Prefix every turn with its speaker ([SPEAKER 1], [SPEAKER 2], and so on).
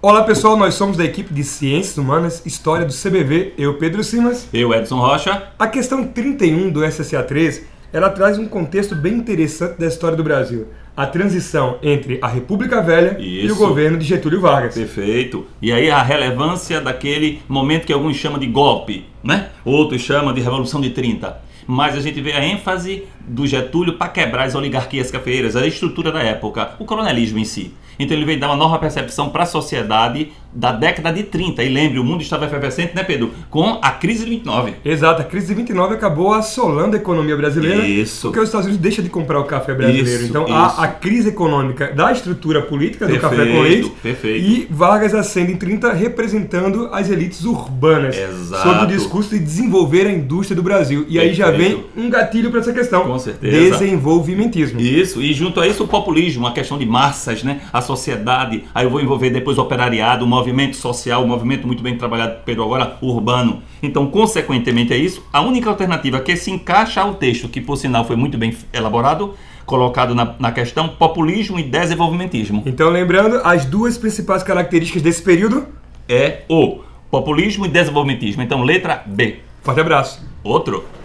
[SPEAKER 1] Olá pessoal, nós somos da equipe de Ciências Humanas, História do CBV, eu Pedro Simas.
[SPEAKER 2] Eu, Edson Rocha.
[SPEAKER 1] A questão 31 do SSA 3, ela traz um contexto bem interessante da história do Brasil. A transição entre a República Velha e o
[SPEAKER 2] Isso.
[SPEAKER 1] governo de Getúlio Vargas.
[SPEAKER 2] Perfeito. E aí a relevância daquele momento que alguns chamam de golpe, né? Outros chamam de Revolução de 30. Mas a gente vê a ênfase do Getúlio para quebrar as oligarquias cafeeiras, a estrutura da época, o coronelismo em si. Então ele veio dar uma nova percepção para a sociedade da década de 30. E lembre, o mundo estava efervescente, né, Pedro? Com a crise de 29.
[SPEAKER 1] Exato, a crise de 29 acabou assolando a economia brasileira,
[SPEAKER 2] Isso.
[SPEAKER 1] porque os Estados Unidos deixam de comprar o café brasileiro.
[SPEAKER 2] Isso,
[SPEAKER 1] então há
[SPEAKER 2] isso.
[SPEAKER 1] a crise econômica da estrutura política do café
[SPEAKER 2] Perfeito,
[SPEAKER 1] com leite
[SPEAKER 2] perfeito.
[SPEAKER 1] e Vargas ascende em 30 representando as elites urbanas
[SPEAKER 2] Exato.
[SPEAKER 1] sob o discurso de desenvolver a indústria do Brasil. E aí já vem
[SPEAKER 2] Perfeito.
[SPEAKER 1] um gatilho para essa questão.
[SPEAKER 2] Com certeza.
[SPEAKER 1] Desenvolvimentismo.
[SPEAKER 2] Isso, e junto a isso o populismo, a questão de massas, né? A sociedade, aí eu vou envolver depois o operariado, o movimento social, o movimento muito bem trabalhado pelo agora, urbano. Então, consequentemente a isso, a única alternativa que se encaixa ao texto, que por sinal foi muito bem elaborado, colocado na, na questão, populismo e desenvolvimentismo,
[SPEAKER 1] Então, lembrando, as duas principais características desse período.
[SPEAKER 2] é o populismo e desenvolvimentismo. Então, letra B.
[SPEAKER 1] Forte abraço.
[SPEAKER 2] Outro.